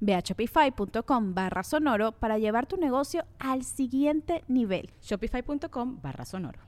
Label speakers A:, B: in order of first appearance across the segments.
A: Ve a shopify.com barra sonoro para llevar tu negocio al siguiente nivel.
B: Shopify.com barra sonoro.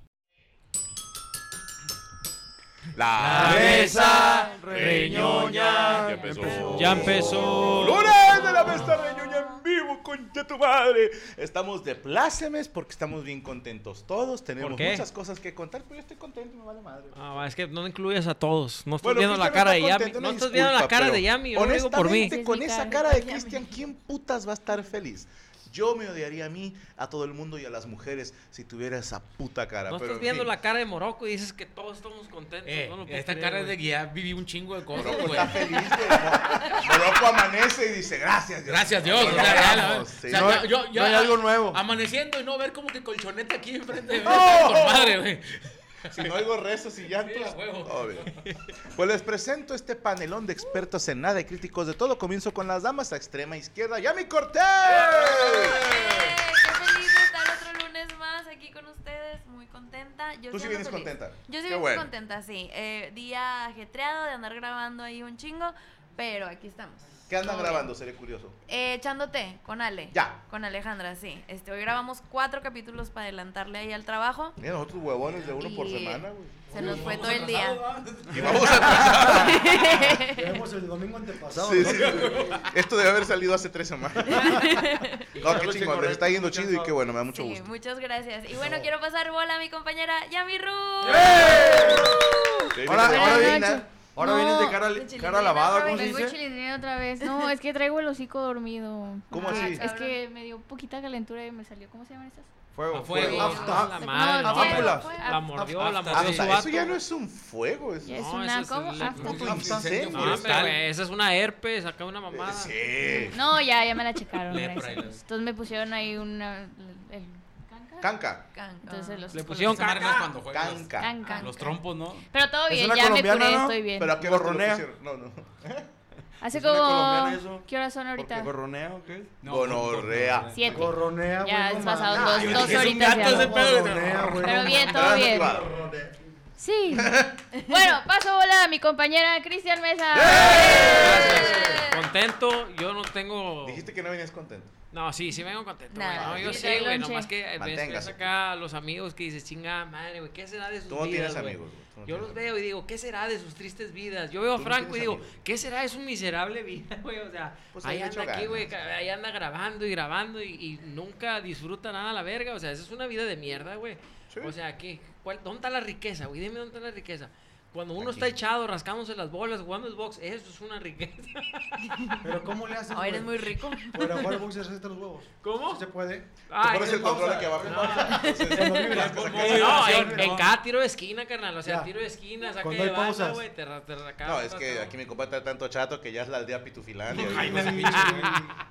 C: La mesa reñoña.
D: Ya empezó.
C: Ya empezó.
D: Lunes
C: de la mesa reñoña en vivo, concha tu madre. Estamos de plácemes porque estamos bien contentos todos. Tenemos
E: ¿Por qué?
C: muchas cosas que contar, pero yo estoy contento, me vale madre.
E: Ah, va, es que no incluyes a todos. No estás
C: Bueno,
E: viendo la
C: Cristian
E: cara
C: está
E: de Yami.
C: contento, una
E: No estás
C: disculpa,
E: viendo la cara
C: pero
E: de Yami. Yo lo digo por mí.
C: honestamente, con
A: Sí,
C: esa
A: mi
C: cara
A: cara
C: de
A: de
C: Cristian, ¿quién putas va a estar feliz? Yo me odiaría a mí, a todo el mundo y a las mujeres si tuviera esa puta cara.
E: No
C: pero,
E: estás
C: en
E: viendo
C: fin.
E: la cara de Morocco y dices que todos estamos contentos.
D: Eh,
E: no lo puedo
D: esta
E: creer,
D: cara es de
E: güey.
D: que ya viví un chingo de cosas,
C: Morocco
D: güey.
C: está feliz, güey. Mor- Morocco amanece y dice, gracias Dios.
D: Gracias Dios. o
C: Nos
D: sea, ya la-
C: vamos,
D: o
C: sí.
D: sea,
F: No,
D: yo- yo-
F: no hay algo nuevo.
D: Amaneciendo y no ver como que colchonete aquí enfrente de mí.
C: ¡Oh!
D: Con madre, güey.
C: Si no oigo rezos y llantos.
D: Sí, a huevo.
C: obvio. Pues les presento este panelón de expertos en nada y críticos de todo. Comienzo con las damas a extrema izquierda. ¡Yami Cortés!
G: Eh, Qué feliz de estar otro lunes más aquí con ustedes, muy contenta. Yo
C: Tú sí
G: siempre
C: vienes
G: feliz.
C: contenta.
G: Yo
C: Qué
G: sí vengo
C: bueno.
G: contenta, sí. Eh, día ajetreado de andar grabando ahí un chingo, pero aquí estamos.
C: ¿Qué andan
G: Todo
C: grabando?
G: bien.
C: Seré curioso.
G: Eh, echándote con Ale.
C: Ya.
G: Con Alejandra, sí. Este, hoy grabamos cuatro capítulos para adelantarle ahí al trabajo.
C: Mira, nosotros huevones de uno por
G: Y-
C: semana, güey.
G: Se nos fue todo el día.
C: Y vamos a
F: Vemos el domingo antepasado.
C: Sí,
F: ¿no?
C: sí, sí. Esto debe haber salido hace tres semanas. No, qué chingón. Les está yendo chido y qué bueno, me da mucho
G: Sí,
C: gusto.
G: muchas gracias. Y bueno, quiero pasar bola a mi compañera Yami Ru.
C: ¡Eh! Sí,
F: Ahora,
C: mira,
F: ahora,
C: mira,
F: vienes- ahora vienes de cara,
G: de chilindrina
F: cara lavada,
G: otra
F: ¿cómo se
G: vez.
H: Vengo
F: dice?
H: chilindrina otra vez. No, es que traigo el hocico dormido.
C: ¿Cómo
H: Ah,
C: así?
H: Es que me dio poquita calentura y me salió. ¿Cómo se llaman estas?
F: Fuego,
D: A fuego.
F: fuego.
D: Ah,
F: Ah,
E: La madre,
H: no,
E: no,
F: ámpulas.
E: La mordió, la
D: Aftas.
E: mordió su
C: Hasta Ah, eso ya no
E: vato.
C: es un fuego. eso
H: Y es
E: No,
H: una.
E: ese es
H: ¿Cómo?
E: el-
H: Ah,
C: puto
D: Un incendio
C: incendio
E: No, hombre,
C: forestal.
E: güey, esa es una herpes, acá una mamada.
C: Sí.
H: No, ya, ya me la checaron.
D: Lepra
H: gracias.
D: y las-
H: Entonces me pusieron ahí una. El, ¿Canca?
C: Canca.
H: Entonces los.
E: Ah. Le pusieron
D: Esas madres
E: caca.
D: cuando juegas.
C: Canca.
H: Canca.
D: Los trompos, ¿no?
H: Pero todo
F: Es
H: bien,
F: una
H: ya me
F: colombiana,
H: curé,
F: ¿no?
H: estoy bien.
C: Pero a qué hora te lo
F: Borronea.
C: pusieron? No, no.
H: Hace
F: ¿Es una colombiana
H: como.
F: eso?
H: ¿Qué horas son
F: ¿Porque
H: ahorita?
F: gorronea o qué?
C: Gonorrea.
H: Siete.
F: Gorronea,
H: Ya,
F: güey,
H: es
F: no
H: pasado
F: mames.
H: dos,
F: Ay,
H: dos
F: es un
H: horitas
F: gato
H: ya.
F: ese pedo. Gorronea, güey,
H: Pero
F: no
E: Ah,
H: bien, todo
C: Agarra
H: bien.
C: activado.
H: Sí. Bueno, paso bola a mi compañera Cristian Mesa.
F: ¡Eh!
E: Contento, yo no tengo.
C: Dijiste que no venías contento.
E: No, sí, sí vengo contento.
G: Nah,
E: güey, no, yo
H: sí,
E: sí,
H: trae
E: güey.
H: lonche.
E: Nomás que ves, ves
C: Manténgase.
E: acá a los amigos que dices, chinga madre, güey, ¿qué será de sus
C: Tú no
E: vidas?
C: tienes
E: güey?"
C: amigos, güey, tú no
E: Yo
C: tienes
E: los
C: amigos.
E: veo y digo, ¿qué será de sus tristes vidas? Yo veo a
C: Tú no
E: Franco y
C: tienes
E: digo,
C: amigos.
E: ¿qué será de su miserable vida, güey? O sea,
C: Pues ahí
E: ahí
C: le
E: anda
C: echo
E: aquí, güey,
C: ganas.
E: ca- ahí anda grabando y grabando y, y nunca disfruta nada la verga. O sea, esa es una vida de mierda, güey.
C: Sí.
E: O sea, ¿qué, cuál, ¿dónde está la riqueza, güey? Dime dónde está la riqueza. Cuando uno
C: Aquí.
E: está echado, rascándose las bolas, jugando el box, eso es una riqueza.
F: Pero ¿cómo le haces?
G: Oh, eres muy
F: güey?
G: rico.
F: Para jugar boxeo se los huevos.
E: ¿Cómo?
F: ¿Sí se puede?
C: Te
E: Ah,
C: pones
E: es
C: el control
E: pausa.
C: aquí abajo.
E: No. No,
F: Sí,
E: en,
F: no.
E: en cada tiro de esquina, carnal. O sea,
F: Ya.
E: tiro de esquina, saque
F: Cuando
E: de
F: hay
E: banda,
F: pausas.
E: güey. Te, ra- te ra-
C: No,
E: acá,
C: es que
E: acá.
C: aquí mi compa está tanto chato que ya es la aldea Pitufilán.
F: Ay, no, güey.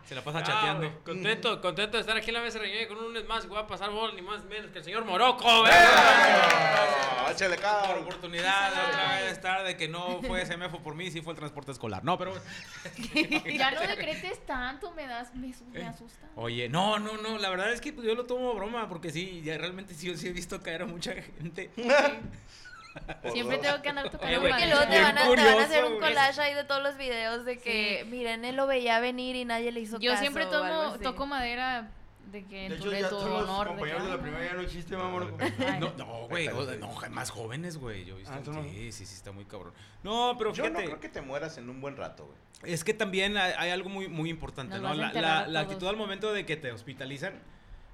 D: Se la pasa
E: No,
D: chateando.
E: Ah, güey,
F: Mm.
E: contento, contento de estar aquí en la mesa reñida y con un lunes más. y Voy a pasar bola ni más menos que el señor Morocco,
F: ¡Eh!
E: güey.
C: "Ah, Échale
D: Por
C: cara.
D: oportunidad de otra vez de estar de que no fue SMFO por mí, sí fue el transporte escolar. No, pero.
H: Ya no decretes tanto, me das, me, me asusta.
D: Oye, no, no, no. La verdad es que pues, yo lo tomo a broma porque sí, ya realmente sí, yo sí he visto caer a mucha gente.
C: Por
H: Siempre
C: dos.
H: tengo que andar
E: Eh,
H: tocando
E: güey,
G: Porque
E: Bien
G: luego te van, a, te van a
D: curioso,
G: hacer un
D: güey.
G: collage ahí de todos los videos de que, miren, él lo veía venir y nadie le hizo
H: Yo
G: caso.
H: siempre
G: o
H: tomo,
G: algo así.
H: toco madera de que en
F: De
H: tu,
F: hecho,
H: de
F: ya
H: tu
F: todos los
H: honor. de
F: compañeros de
H: que-
F: la primaria no existe, mamón.
H: Ay,
D: No, no, güey.
C: Ahí está.
D: o- No, más jóvenes, güey. Yo he visto-
F: Ah, ¿tú no?
D: Sí, sí, sí, está muy cabrón. No, pero
C: Yo
D: fíjate.
C: no creo que te mueras en un buen rato, güey.
D: Es que también hay, hay algo muy, muy importante,
H: Nos
D: ¿no?
H: vas a
D: La,
H: enterrar
D: la-
H: a
D: la
H: todos.
D: actitud al momento de que te hospitalizan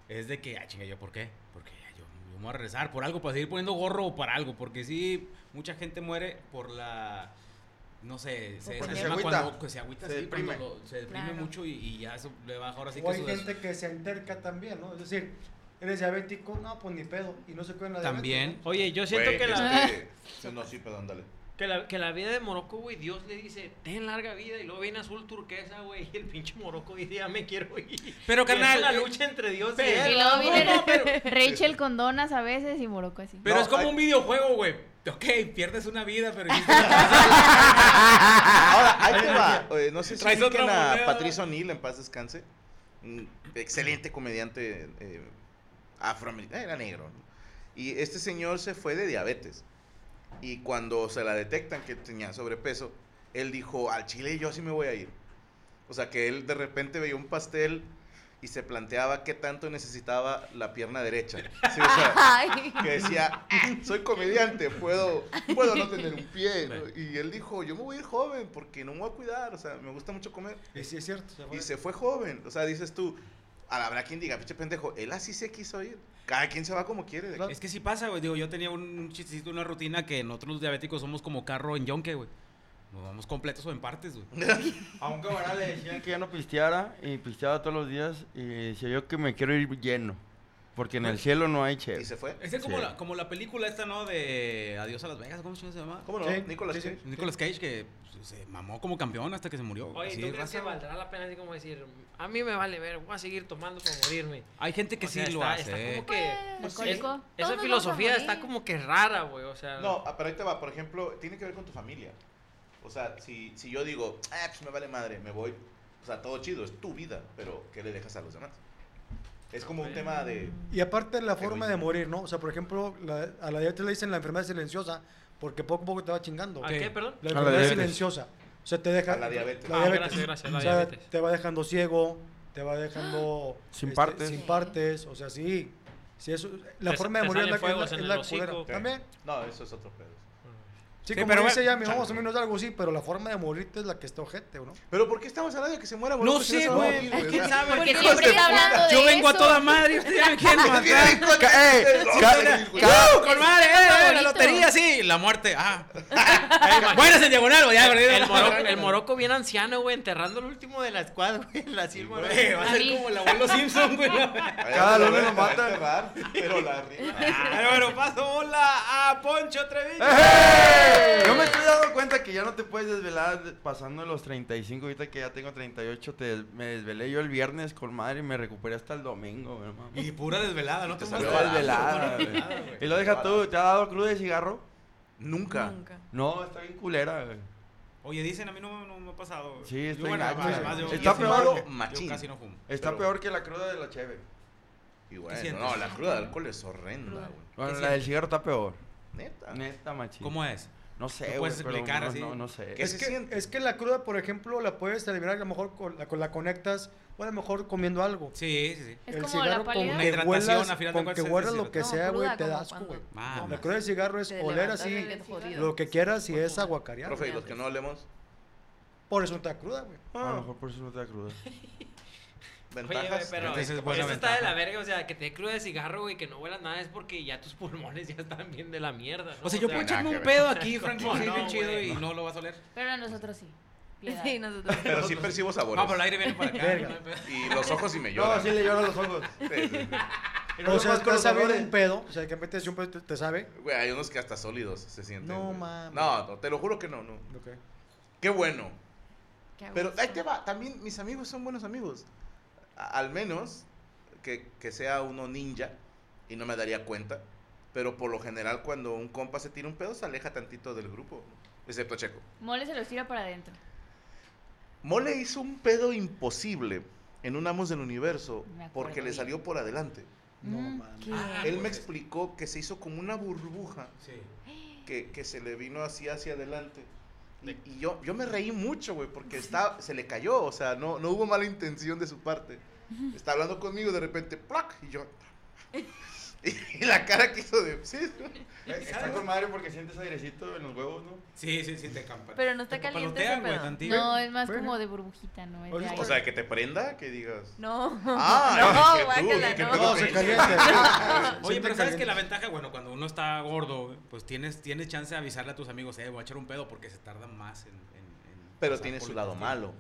D: es de que, ah, chinga, ¿yo por qué? Porque ya yo, yo yo me voy a regresar por algo, para seguir poniendo gorro o para algo, porque sí, mucha gente muere por la... No sé, se
F: porque se
D: desanima
F: agüita.
D: cuando que se agüita,
F: Se
D: sí, cuando
F: deprime.
D: lo- se deprime
G: Claro.
D: mucho y, y ya eso le baja ahora sí
F: o
D: que
F: hay
D: su...
F: gente que se enterca también, ¿no? Es decir, eres diabético, no, pues ni pedo. Y no se cuidan la diabetes,
D: También.
F: ¿no?
E: Oye, yo siento
C: Güey,
E: que la,
C: este, sí, No, sí, perdón, dale.
E: que, la, que la vida de Morocco, güey, Dios le dice, ten larga vida. Y luego viene azul turquesa, güey. Y el pinche Morocco dice, ya me quiero ir.
D: Pero,
E: Y es
D: carnal,
E: una
D: eh,
E: lucha entre Dios y
D: pero-
E: él.
H: Y luego
D: No,
H: viene
D: no, pero- Eh,
H: Rachel con donas a veces y Morocco así.
D: Pero
C: No,
D: es como
C: hay-
D: un videojuego, güey. Ok, pierdes una vida, pero...
C: Ahora, ahí te va. Oye, no sé si
D: Traes
C: ubiquen a
D: otra moneda.
C: Patricio O'Neill, en paz descanse. Un excelente comediante eh, afroamericano. Era negro. Y este señor se fue de diabetes. Y cuando se la detectan que tenía sobrepeso, él dijo, al chile yo sí me voy a ir. O sea, que él de repente veía un pastel y se planteaba qué tanto necesitaba la pierna derecha. Sí, o sea,
G: Ay.
C: que decía, soy comediante, puedo, puedo no tener un pie. ¿no? Y él dijo, yo me voy a ir joven porque no me voy a cuidar, o sea, me gusta mucho comer.
F: Y sí es cierto. se fue.
C: Y se fue joven, o sea, dices tú, a la habrá quien diga, pinche pendejo, él así se quiso ir. Cada quien se va como quiere. de aquí".
D: Es que sí pasa, güey. Digo, yo tenía un chistecito, una rutina que nosotros los diabéticos somos como carro en yonque, güey. Nos vamos completos o en partes, güey.
F: A un camarada le decían
I: Decían que ya no pisteara y pisteaba todos los días y decía yo que me quiero ir lleno, porque en el cielo no hay
C: Y
I: cheve.
C: se fue.
D: Es que como,
I: Sí.
D: la, como la película esta, ¿no? De Adiós a Las Vegas, ¿cómo chingados se llama?
C: ¿Cómo no?
F: Sí,
C: Nicolás
F: sí, sí.
C: Cage.
D: Nicolas Cage que pues, se mamó como campeón hasta que se murió. güey.
E: Oye,
D: Sí,
E: ¿tú crees
D: raza,
E: que
D: güey.
E: valdrá la pena así como decir, a mí me vale ver, voy a seguir tomando para morirme?
D: Hay gente que
E: O sea,
D: sí lo
E: está-
D: hace.
E: Está
D: eh.
E: como que...
H: Pues,
E: es-
H: alcohólico. Todos
E: esa
H: nos
E: filosofía
H: vamos a
E: está
H: morir.
E: como que rara, güey, o sea...
C: No, ah, pero ahí te va, por ejemplo, tiene que ver con tu familia. O sea, si, si yo digo, ah, pues me vale madre, me voy. O sea, todo chido, es tu vida, pero ¿qué le dejas a los demás? Es como un tema de...
F: Y aparte la forma de
C: Egoísmo.
F: morir, ¿no? O sea, por ejemplo, la- a la diabetes le dicen la enfermedad silenciosa porque poco a poco te va chingando.
E: ¿A
F: La
E: qué, perdón?
F: enfermedad
I: diabetes.
F: silenciosa. O sea, te deja...
C: A la diabetes.
F: la
E: Ah,
F: diabetes.
E: gracias, gracias, la
F: o sea,
E: diabetes.
F: te va dejando ciego, te va dejando... este,
I: Sin partes.
F: Sin partes, o sea, sí. Sí, eso, la
E: Te-
F: forma de
E: te
F: morir es la,
E: salen
F: es la-
E: fuegos en
F: es
E: el
F: la
E: hocico.
F: culera.
C: Sí.
F: También.
C: No, eso es otro pedo.
F: Sí,
D: Sí,
F: como
D: pero
F: dice
D: bueno,
F: ya, mi mamá más o menos algo así, pero la forma de morirte es la que está ojete, ¿no?
C: Pero ¿por qué estamos hablando de que se muera Morocco?
D: No
C: si se
D: sé,
C: va a
D: güey.
C: morir, güey?
D: ¿Quién
C: O sea,
D: sabe?
H: Porque
D: ¿Qué
H: siempre
D: hijos de
H: está hablando
D: puta?
H: de
D: Yo vengo a
H: eso.
D: toda madre y ustedes me quieren matar.
C: Mira, hijo de-
I: ¡Eh! ca-
D: ¡Claro, con madre! eh, la
H: Bonito.
D: lotería, sí. La muerte, ah. Buenas en diagonal, güey. ya, perdido.
E: El Morocco, el Morocco bien anciano, güey, enterrando el último de la squad, güey, en la silva.
D: Güey, va a
H: A mí.
D: ser como el abuelo Simpson, güey.
I: Cada lunes lo
C: Te va a
I: matan.
C: enterrar, Pero la
E: Ah,
C: rima.
D: Pero bueno, paso hola a Poncho Treviño.
I: ¡Eh! Yo me estoy dando cuenta que ya no te puedes desvelar de- pasando los 35, ahorita que ya tengo 38, te des- me desvelé yo el viernes con madre y me recuperé hasta el domingo, güey, mami.
D: Y pura desvelada, no te
C: Te
I: Pura
C: salió
D: mames.
I: desvelada, güey.
D: Desvelada, güey.
I: Y lo deja tú, ¿te ha dado cruda de cigarro?
C: Nunca.
G: Nunca.
I: No, está bien culera, güey.
D: Oye, dicen, a mí no, me- no me ha pasado. güey.
I: Sí, está
D: Yo, bueno,
I: gacho,
D: además,
I: güey.
D: yo-
I: Está
D: yo
I: peor,
D: fumo,
I: güey.
C: machín.
D: Yo casi no fumo.
I: Está
C: Pero-
I: peor que la cruda de la cheve.
C: Y bueno,
D: sientes?
C: no, la cruda de alcohol es horrenda, güey.
I: Bueno, la
D: sientes?
I: del cigarro está peor.
C: Neta.
I: Neta, machín.
D: ¿Cómo es?
I: No sé,
D: ¿Lo
I: güey.
D: puedes
I: pero
D: explicar
I: no,
D: así?
I: No, no sé.
C: ¿Qué
F: Es
C: se
F: que,
C: siente?
F: es que la cruda, por ejemplo, la puedes celebrar a lo mejor con la, con la conectas o a lo mejor comiendo algo.
D: Sí, sí, sí.
H: Es
F: El
H: como la
F: cigarro
H: pálida.
D: una
F: Con que
D: hidratación,
F: huelas-
D: a final de
F: con
D: cuentas,
F: que
D: es
F: huelas lo
D: decir,
F: que
G: no,
F: sea, güey,
G: cruda,
F: te
G: como
F: das,
G: cuando
F: güey.
D: Mames.
F: La cruda del cigarro es
G: te
F: oler
G: levantas
F: así,
G: bien jodido.
F: lo que quieras y es aguacarear.
C: Profe, ¿y los que no olemos?
F: Por eso no te da cruda, güey.
I: A lo mejor por eso no te da cruda.
E: Oye, güey,
C: ¿Ventajas?
E: pero
D: Esa es
E: eso
D: buena
E: está de
D: ventaja.
E: la verga, o sea, que te dé cruda de cigarro, güey, que no huelas nada, es porque ya tus pulmones ya están bien de la mierda, ¿no?
D: O sea, yo puedo
E: sea,
D: echarme
C: nada
D: un
C: que ver.
D: pedo aquí, Franco,
E: ¿Cómo
D: así
E: no,
D: bien chido
E: güey?
D: y no lo vas a oler.
H: Pero a nosotros sí. Piedad.
G: Sí, nosotros.
C: Pero sí percibo sabores.
D: No, pero el aire viene para acá.
F: Verga.
D: no hay pedo.
C: Y los ojos sí me
I: No,
C: lloran.
I: sí le lloro los ojos.
C: Sí, sí,
I: Y
F: O
I: no
F: sea,
I: nomás
F: te ha sabido
I: olores.
F: un pedo, o sea, que metes un pedo te, te sabe.
C: sí. Güey, hay unos que hasta sólidos se sienten.
F: No,
C: güey.
F: mames.
C: No, no, te lo juro que no, no.
F: Okay.
I: Eh,
C: Qué bueno.
G: Qué
C: Pero
G: gusto.
C: ahí te va, también mis amigos son buenos amigos. A- Al menos que, que sea uno ninja y no me daría cuenta. Pero por lo general cuando un compa se tira un pedo se aleja tantito del grupo. Excepto Checo.
H: Mole se los tira para adentro.
C: Mole hizo un pedo imposible en un Amos del Universo
H: Me acuerdo
C: porque le
H: bien.
C: salió por adelante.
F: No,
H: Mm,
F: mames.
H: ¿qué?
E: Ah, pues
C: Él me explicó que se hizo como una burbuja que, que se le vino así hacia adelante. Y, y yo, yo me reí mucho, güey, porque está, se le cayó, o sea, no, no hubo mala intención de su parte. Está hablando conmigo y de repente, ¡plac! Y yo... Y la cara que hizo de. Sí,
I: Eh, Está con madre porque sientes airecito en los huevos, ¿no?
D: Sí, sí, sí, te campa.
G: Pero no está
D: te
G: caliente
D: papalotean,
G: ese
D: güey,
G: pedo.
D: tantito.
H: No, es más
F: Bueno.
H: como de burbujita, ¿no? Es de
F: Oye,
H: aire.
C: o sea, que te prenda, que digas.
G: No.
C: Ah,
G: no,
C: que tú,
G: guácala,
C: que
G: no.
C: tú
F: No, se calienta.
D: Oye, pero sabes que la
F: la
D: ventaja, bueno, cuando uno está gordo, pues tienes, tienes chance de avisarle a tus amigos, eh, voy a echar un pedo porque se tarda más en. en- en
C: Pero
D: pasar
C: tiene
D: por
C: su
D: el
C: lado
D: intestino.
C: malo.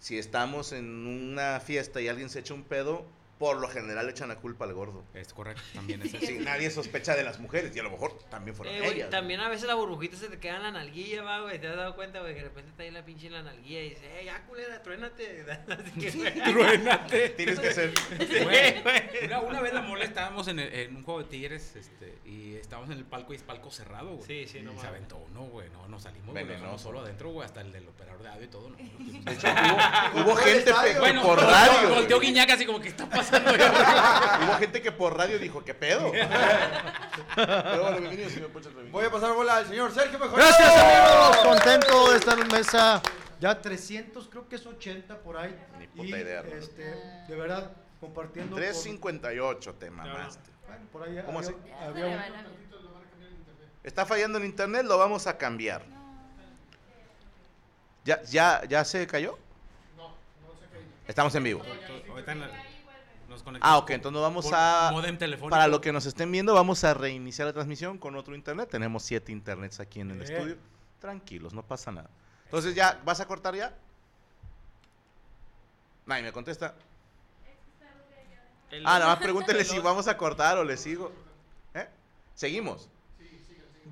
C: Si estamos en una fiesta y alguien se echa un pedo, por lo general le echan la culpa al gordo.
D: Es correcto, también es
C: Si
D: eso.
C: nadie sospecha de las mujeres, y a lo mejor también fueron
E: Eh, güey,
C: ellas.
E: también a veces la burbujita se te queda en la nalguilla, va, güey. ¿Te has dado cuenta, güey? Que de repente está ahí la pinche en la nalguilla y dice, eh, ya culera, truénate. Así que, güey.
D: Truénate.
C: Tienes que ser.
D: Güey, Una, una vez la mole estábamos en, el- en un juego de tigres este, y estábamos en el palco y es palco cerrado, güey.
E: Sí, sí, no
D: Y
E: mames.
D: se aventó uno, güey. No, nos salimos, güey. Nos
C: Venenoso.
D: dejamos solo adentro, güey. Hasta el del operador de audio y todo, no.
C: De hecho, hubo, hubo gente pe- que
D: Bueno,
C: por
D: volteó,
C: radio.
D: volteó
C: güey.
D: Guiñac así como que está pasando.
C: Hubo gente que por radio dijo, ¿qué pedo? Pero bueno, bienvenido, señor Pocho Treviño.
I: Voy a pasar bola al señor Sergio Mejor.
F: Gracias, amigos. Contento de estar en mesa. Ya 300, creo que es 80 por ahí.
C: Ni puta
F: y,
C: idea, ¿no?
F: este, de verdad, compartiendo.
C: 358 te mamaste.
F: por- bueno, por ahí
C: ¿Cómo
F: había,
C: así?
F: había
G: No le
F: un-
G: va la mierda.
C: Está fallando el internet, lo vamos a cambiar. ¿Ya, ya, ya se cayó? No, no se cayó. Estamos en vivo.
D: Ahorita en la- nos conectamos
C: Ah, ok, entonces nos vamos
D: por
C: a...
D: Modem telefónico.
C: Para lo que nos estén viendo, vamos a reiniciar la transmisión con otro internet. Tenemos siete internets aquí en el
F: Eh.
C: estudio. Tranquilos, no pasa nada. Entonces ya, ¿vas a cortar ya? Nadie me contesta.
E: El-
C: Ah, nada más pregúntenle si vamos a cortar o le sigo. ¿Eh? Seguimos.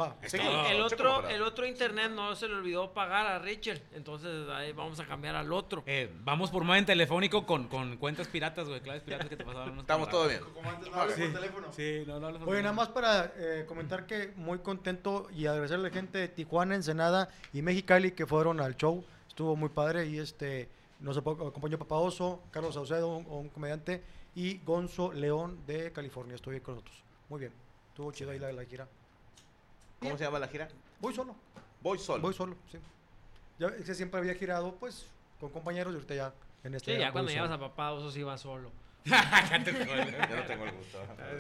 F: Va.
D: Es
C: Seguimos.
D: todo.
E: El
C: Checo
E: otro,
C: Mejorado.
E: el otro internet no se le olvidó pagar a Richard. Entonces ahí vamos a cambiar al otro.
D: Eh, vamos por modem telefónico con, con cuentas piratas, güey. Claves piratas que te pasaban unos
C: Estamos todo bien.
I: Como antes no hables por teléfono.
D: Sí, no, no. no, no.
F: Oye, nada más para eh, comentar que muy contento y agradecerle a la gente de Tijuana, Ensenada y Mexicali que fueron al show. Estuvo muy padre y este nos apo- acompañó Papá Oso, Carlos Saucedo, un, un comediante, y Gonzo León de California. Estuvo ahí con nosotros. Muy bien. Estuvo chido ahí la, la gira.
C: ¿Cómo se llama la gira?
F: Voy solo,
C: Voy solo.
F: voy solo, sí. Ya es que siempre había girado, pues, con compañeros y ahorita ya en este.
E: Sí, ya cuando
F: voy
E: llevas
F: solo.
E: a papá, oso sí va solo.
C: Yo no tengo el gusto.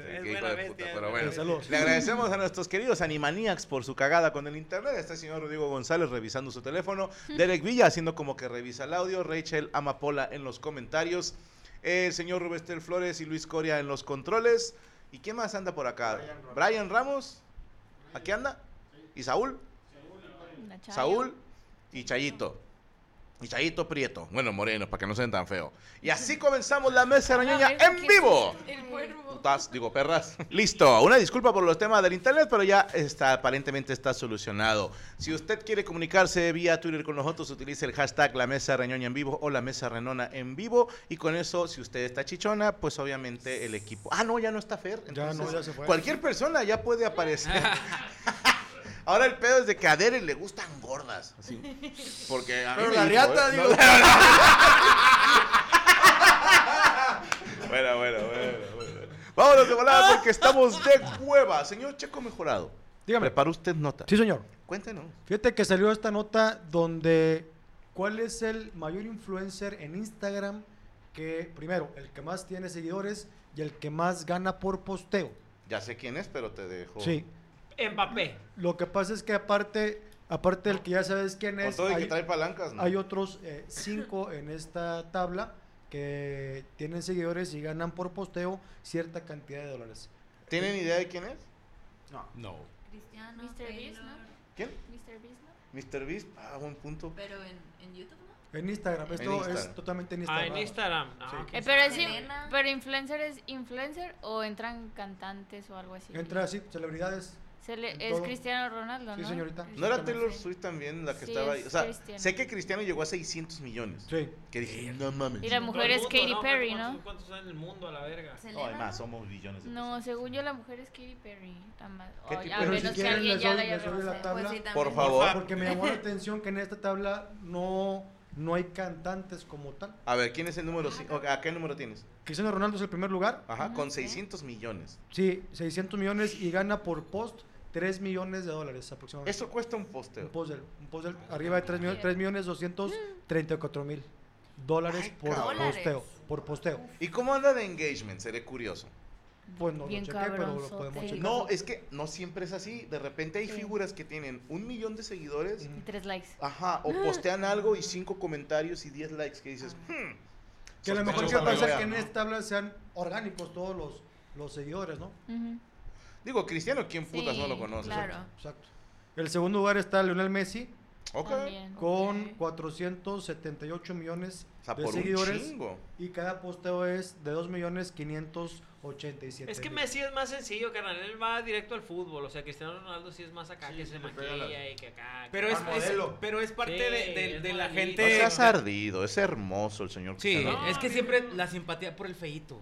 E: Es
C: Qué hijo
E: buena
C: de
E: bestia,
C: puta, pero
E: es buena
C: bueno.
F: Eh, saludos.
C: Le agradecemos a nuestros queridos Animaniacs por su cagada con el internet. Está el señor Rodrigo González revisando su teléfono. Derek Villa haciendo como que revisa el audio. Rachel Amapola en los comentarios. El señor Rubestel Flores y Luis Coria en los controles. ¿Y quién más anda por acá? Brian Ramos. ¿Aquí anda? ¿Y Saúl?
H: Una chayo.
C: Saúl y Chayito. Y Chayito Prieto. Bueno, moreno, para que no sean tan feo. Y así comenzamos la mesa arañeña
G: Ah,
C: en vivo.
G: El cuervo.
C: Putas, digo perras. Listo, una disculpa por los temas del internet, pero ya está, aparentemente está solucionado. Si usted quiere comunicarse vía Twitter con nosotros, utilice el hashtag la mesa reñoña en vivo o la mesa renona en vivo. Y con eso, si usted está chichona, pues obviamente el equipo. Ah, no, ya no está Fer.
F: Ya no, ya se fue.
C: Cualquier persona ya puede aparecer. Ahora el pedo es de que a Derek le gustan gordas. así. Porque a mí
I: Pero
C: me
I: la
C: dijo,
I: riata,
C: ¿eh?
I: digo.
C: Bueno, bueno, bueno, bueno. Vámonos de volada porque estamos de cueva. Señor Checo Mejorado,
F: Dígame.
C: ¿preparó usted nota?
F: Sí, señor.
C: Cuéntenos.
F: Fíjate que salió esta nota donde cuál es el mayor influencer en Instagram que primero, el que más tiene seguidores y el que más gana por posteo.
C: Ya sé quién es, pero te dejo.
F: Sí.
E: Empapé.
F: Lo que pasa es que aparte, aparte del que ya sabes quién
C: Con
F: es,
C: todo y que
F: hay,
C: trae palancas, ¿no?
F: hay otros eh, cinco en esta tabla que tienen seguidores y ganan por posteo cierta cantidad de dólares.
C: ¿Tienen idea de quién es?
D: No.
G: Cristiano,
H: Mr. Beast,
G: Taylor,
H: ¿no?
C: ¿Quién?
H: Mr. Beast, ¿no?
C: Mr. Beast. Ah, buen punto.
G: Pero en, en YouTube, ¿no?
F: En Instagram, esto
C: Instagram.
F: es totalmente en
E: Ah,
F: Instagram.
E: en Instagram. Ah, ok.
H: Eh, pero, es,
G: Selena.
H: pero influencer es influencer o entran cantantes o algo así.
F: Entra así, celebridades.
H: Se le-
F: en
H: es
F: todo.
H: Cristiano Ronaldo,
F: Sí,
H: ¿no?
F: señorita.
C: ¿No era
H: Cristiano,
C: Taylor
H: sí.
C: Swift también la que
H: Sí,
C: estaba ahí?
H: es
C: O sea,
H: Cristiano.
C: sé que Cristiano llegó a 600 millones.
F: Sí.
C: Que dije, no mames.
H: Y la mujer es
E: Todo el
H: Katy
E: mundo,
H: Perry,
E: ¿Cuántos-
H: ¿no?
E: ¿Cuántos hay en el mundo a la verga?
C: No,
G: Selena,
C: además, somos billones de
H: No,
C: personas.
H: según yo la mujer es Katy Perry. la más- o-
C: Katy
H: a
C: Perry.
H: menos
C: Pero si
H: que
F: quieren,
H: alguien
F: les
H: ya
F: doy-
H: la haya
F: les doy la
H: reconocido.
F: tabla.
G: Pues sí, también.
C: Por favor.
F: Porque me llamó la atención que en esta tabla no, no hay cantantes como tal.
C: A ver, ¿quién es el número? cin- ok, ¿A qué número tienes?
F: Cristiano Ronaldo es el primer lugar.
C: Ajá,
H: Ah,
C: con
H: ok.
C: 600 millones.
F: Sí, 600 millones y gana por post 3 millones de dólares aproximadamente.
C: Eso cuesta un
F: Un
C: posteo.
F: post del, un post del- arriba de 3 millones, 3 millones 234 mil dólares
C: Ay,
F: por
C: cabrón.
F: posteo. Por posteo.
C: ¿Y cómo anda de engagement? Seré curioso.
F: Pues no
H: Bien
F: lo chequé, pero lo
H: cabronzote.
F: podemos checar.
C: No, es que no siempre es así. De repente hay
H: Sí.
C: figuras que tienen un millón de seguidores,
H: Y tres likes.
C: ajá,
H: Ah.
C: o postean algo y cinco comentarios y diez likes que dices, "Hmm,
F: Que a lo mejor que
C: sospechoso,
F: pasa es
C: vea,
F: que en
C: ¿no?
F: esta tabla sean orgánicos todos los, los seguidores, ¿no?
H: Ujú.
C: Digo, Cristiano, ¿quién putas no
H: Sí,
C: lo conoce?
H: Claro.
F: Exacto. El segundo lugar está Lionel Messi
C: Ok.
H: También.
F: con
G: Ok.
F: 478 millones
C: O sea,
F: de
C: por un
F: seguidores
C: chingo.
F: y cada posteo es de 2 millones 587.
E: Es que Messi es más sencillo, carnal. Él va directo al fútbol. O sea, Cristiano Ronaldo sí es más acá
I: Sí,
E: que
I: sí,
E: se
I: le pega
E: maquilla
I: las-
E: y que acá.
D: Pero es,
I: Al
D: es-
I: modelo.
D: pero es parte de,
E: Sí,
D: de-
E: es
D: de la
E: modelito.
D: gente.
C: No
E: Eh,
C: seas
E: no.
C: ardido, es hermoso el señor
D: Sí,
C: Cristiano.
D: es que
E: No,
D: siempre
E: no.
D: la simpatía por el feíto.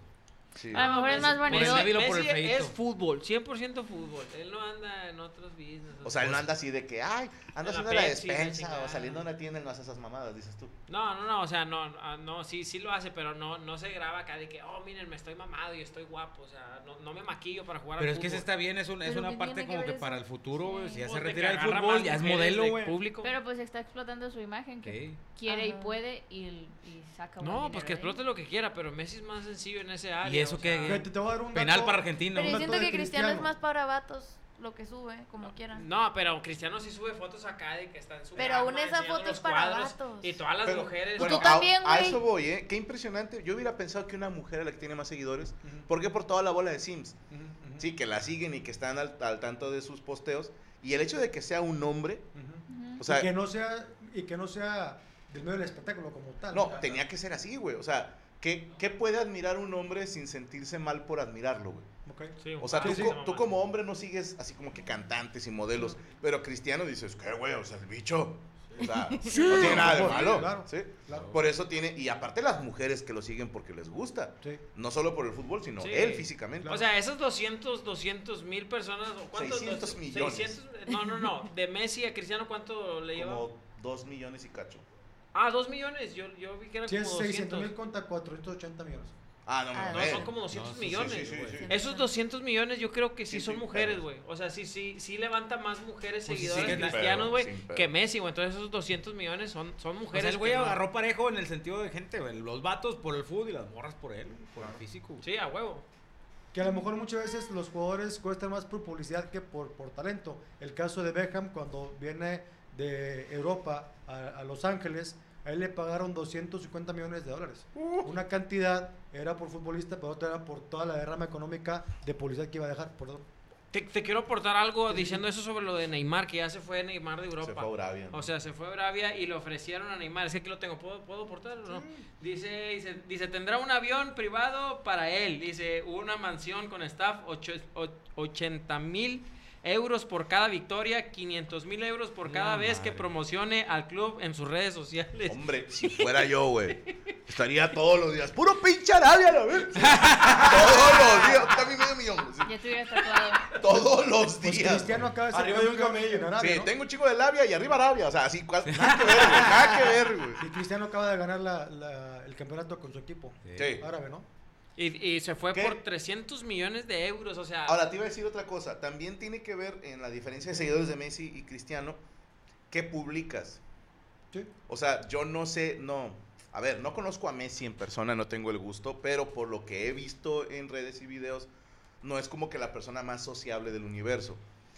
C: Sí.
H: A lo mejor es más
D: por el
H: bonito.
D: débil o por el
E: Messi
D: feíto.
E: es fútbol, 100% fútbol. Él no anda en otros business.
C: O sea, él no anda así de que, ay, anda
E: la
C: haciendo la
E: Pepsi, la
C: despensa
E: chingada.
C: o saliendo a una tienda y no hace esas mamadas, dices tú.
E: No, no, no, o sea, no, ah, no, sí, sí lo hace, pero no, no se graba acá de que, oh, miren, me estoy mamado y estoy guapo, o sea, no, no me maquillo para jugar
D: Pero
E: al
D: es que eso
E: fútbol.
D: está bien, es, un- es
G: Pero
D: una
G: ¿qué
D: parte
G: tiene que
D: como
G: ver
D: que
G: eso?
D: para el futuro, güey.
G: Sí.
D: Si ya se
E: Pues, de
D: retira
E: que
D: del
E: agarra
D: fútbol,
E: más
D: ya es
E: mujeres
D: modelo,
E: de
D: güey.
E: público.
H: Pero pues está explotando su imagen que
D: Sí.
H: quiere y
G: Ajá.
H: puede y, y saca buen
E: No,
H: dinero
E: pues que
H: de ahí.
E: explote lo que quiera, pero Messi es más sencillo en ese
D: eso
E: área. o sea,
D: que-
F: Fíjate, te voy a dar un
D: Penal
F: dato.
D: para Argentina.
G: Pero yo
F: Dato
G: siento
F: de
G: que Cristiano es
F: Cristiano.
G: más para vatos lo que sube, como quieran.
E: No, pero Cristiano sí sube fotos acá de que está en su
G: Pero
E: cama
G: aún esa
E: enseñando
G: foto
E: los
G: es para
E: cuadros,
G: vatos.
E: Y todas las
C: Pero,
E: mujeres.
C: bueno, ah,
G: Tú
C: a-
G: también,
C: a,
G: güey.
C: eso voy, ¿eh? Qué impresionante. Yo hubiera pensado que una mujer era la que tiene más seguidores.
F: Ujú,
C: ¿Por qué? Por toda la bola de Sims.
F: ujú, ujú,
C: Sí, que la siguen y que están al, al tanto de sus posteos. Y el hecho de que sea un hombre,
F: ujú.
H: Ujú.
C: o sea,
F: y que no sea y que no sea del medio del espectáculo como tal.
C: no, tenía que ser así, güey. O sea, ¿qué, qué puede admirar un hombre sin sentirse mal por admirarlo, güey?
F: Ok.
E: Sí,
C: O sea,
E: sí,
C: tú,
E: sí,
C: co-
E: mamá.
C: tú como hombre no sigues así como que cantantes y modelos, pero Cristiano dices, ¿qué, güey? O sea, el bicho. O sea, no tiene nada de
F: Sí,
C: malo.
F: claro.
C: ¿sí?
F: Claro.
C: Por eso tiene, y aparte las mujeres que lo siguen porque les gusta,
F: Sí.
C: no solo por el fútbol, sino
E: Sí.
C: él físicamente.
E: O sea, esas 200, 200 mil personas, ¿o cuántos?
C: 600 millones.
E: 600 eh, no, no, no. De Messi a Cristiano, ¿cuánto le lleva?
C: como dos millones y cacho.
E: Ah, 2 millones. Yo, yo vi que eran
F: Si es
E: como
F: 600
E: 200.
F: mil contra 480 millones.
C: Ah, no,
G: Ah,
E: No,
C: mames.
E: son como 200
D: sí, sí,
E: millones.
C: Sí, sí, sí,
D: güey.
C: sí.
E: Esos 200 millones yo creo que sí,
C: Sí,
E: son
C: sin
E: mujeres,
C: pedos.
E: güey. O sea, sí, sí, sí levanta más mujeres
D: Pues sí,
E: seguidoras
D: sin pedos,
E: cristianos, güey,
C: sin pedos.
E: que Messi, güey. Entonces esos 200 millones son, son
D: O
E: mujeres.
D: sea, el güey
E: que no-
D: agarró parejo en el sentido de gente, güey. Los vatos por el fútbol y las morras por él, güey, por el físico. güey.
E: Sí, a huevo.
F: Que a lo mejor muchas veces los jugadores cuestan más por publicidad que por, por talento. El caso de Beckham cuando viene de Europa a, a Los Ángeles, a él le pagaron 250 millones de dólares. Una cantidad era por futbolista, pero otra era por toda la derrama económica de publicidad que iba a dejar. Perdón.
E: Te, te quiero aportar algo diciendo eso sobre lo de Neymar, que ya se fue Neymar de Europa.
C: Se fue a Arabia, ¿no?
E: O sea, se fue a Bravia y le ofrecieron a Neymar. Es que aquí lo tengo. ¿Puedo, puedo portar o no? Dice, dice, dice, tendrá un avión privado para él. Dice, una mansión con staff, ocho- o- 80 mil euros por cada victoria, 500 mil euros por cada
D: La
E: vez que
D: madre.
E: promocione al club en sus redes sociales.
C: Hombre, si fuera yo, güey, estaría todos los días. ¡Puro pinche Arabia, la vez! todos los días. Está mi medio millón. güey, sí.
H: Ya te hubieras tatuado.
C: Todos los
F: Pues
C: días.
F: Cristiano acaba de ser
I: Arriba de un
F: campeón
I: camello.
F: en Arabia,
C: sí,
F: ¿no?
C: tengo un chico de labia y arriba Arabia. O sea, así, cua- nada que ver, güey. Nada que ver, güey.
F: Y Cristiano acaba de ganar la- la- el campeonato con su equipo.
C: Sí.
F: Árabe, ¿no?
E: Y, y se fue
C: ¿Qué?
E: por 300 millones de euros. O sea,
C: Ahora, te iba a decir otra cosa. También tiene que ver en la diferencia de seguidores de Messi y Cristiano, ¿qué publicas?
F: Sí.
C: O sea, yo no sé, no. A ver, no conozco a Messi en persona, no tengo el gusto, pero por lo que he visto en redes y videos, no es como que la persona más sociable del universo.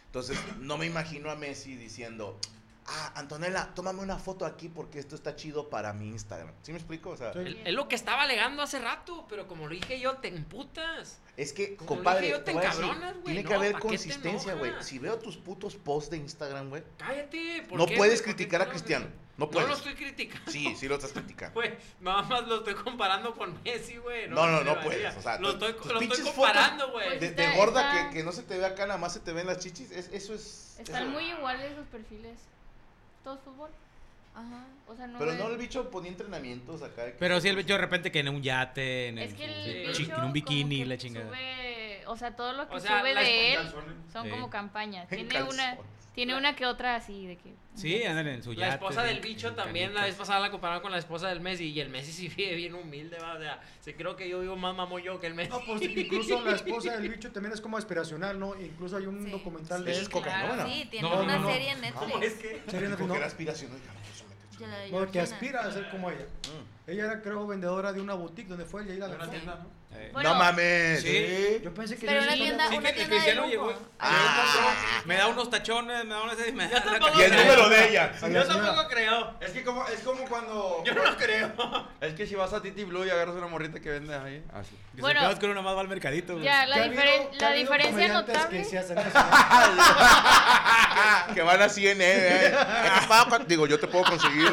C: Entonces, no me imagino a Messi diciendo, ah, Antonella, tómame una foto aquí porque esto está chido para mi Instagram. ¿Sí me explico? O sea,
F: Sí.
E: es es lo que estaba alegando hace rato, pero como lo dije yo, te emputas.
C: es que,
E: Como
C: compadre,
E: dije yo,
C: te
E: te
C: voy a decir,
E: encabronas, güey,
C: tiene
E: no,
C: que haber
E: ¿pa' qué te
C: consistencia, güey.
E: enojas?
C: Si veo tus putos posts de Instagram, güey,
E: Cállate. ¿por
C: no
E: qué,
C: puedes
E: güey? ¿Por qué
C: criticar a
E: te enojas?
C: Cristiano. No
E: No
C: puedes.
E: lo estoy criticando.
C: Sí, sí lo estás criticando.
E: Güey, nada más lo estoy comparando con Messi, güey.
C: No, no,
E: se
C: no
E: valía.
C: puedes, o sea,
E: lo
C: tus-
E: estoy,
C: tus
E: lo estoy
C: pinches
E: comparando, güey.
C: De,
H: Pues
C: de
H: está-
C: gorda
H: está-
C: que, que no se te ve acá, nada más se te ven las chichis. es- eso es.
H: Están
C: eso-
H: muy iguales los perfiles. Todos fútbol.
G: Ajá.
H: O sea, no.
C: Pero
H: es-
C: no el bicho ponía entrenamientos acá. de que-
D: Pero sí, el bicho de repente que en un yate, en,
H: Es
D: el-
H: que el.
D: sí,
H: bicho
D: chi- en un
H: como
D: bikini,
H: que
D: la chingada.
H: Sube, o sea, todo lo que
E: O sea,
H: sube
E: las-
H: de él
I: Calzones.
H: son
D: Sí.
H: como campañas.
C: en
H: Tiene una,
C: calzones.
H: tiene una que otra así de que.
D: Sí, andan en su
C: Pues,
D: yate.
E: La esposa del
D: en-
E: bicho
D: en
E: también la
D: canicas.
E: vez pasada la compararon con la esposa del Messi y el Messi sí vive bien humilde, va, o sea, se creo que yo vivo más mamón yo que el Messi.
F: No, pues incluso la esposa del bicho también es como aspiracional, ¿no? Incluso hay un
G: Sí.
F: documental de
C: Eso
F: él.
C: es cocainómana.
G: Sí, tiene
D: No,
G: una
F: no, no.
G: serie en Netflix.
F: Sería
C: Dijo
F: no,
C: que era aspiracional. Ya, no, eso me te
G: Ya
C: chingó.
G: la-
F: no, que
G: Georgina.
F: aspira a ser como ella.
C: Mm.
F: Ella era, creo, vendedora de una boutique donde fue ella y la
D: Una
F: agarró.
D: tienda, ¿no?
H: Bueno,
C: no mames. ¿eh?
D: Sí.
F: Yo pensé que
G: Pero
F: ella
G: una
F: sí fue
G: tienda,
D: Sí,
G: una
D: que el
G: tienda de
D: cristiano llegó.
G: lujo.
D: y-
C: Ah.
D: Me da unos tachones, me da unas... y me da la
E: tampoco
C: Y el
D: cabeza.
C: número de ella.
F: A la
E: Yo
F: señora.
E: tampoco creo.
I: Es que como, es como cuando.
E: Yo no creo.
I: Es que si vas a Titi Blue y agarras una morrita que vende ahí. Así.
D: Que
H: Bueno.
D: se acabas con una más va al mercadito. güey.
H: ya,
F: ¿Qué
H: la,
F: ha habido-
H: diferen-
F: qué ha
H: la
F: habido
H: diferencia
F: comediantes
H: notable.
F: que se hacen eso, ¿no?
C: que van a CNN. ¿eh? ¿Qué te pago? Digo, yo te puedo conseguir.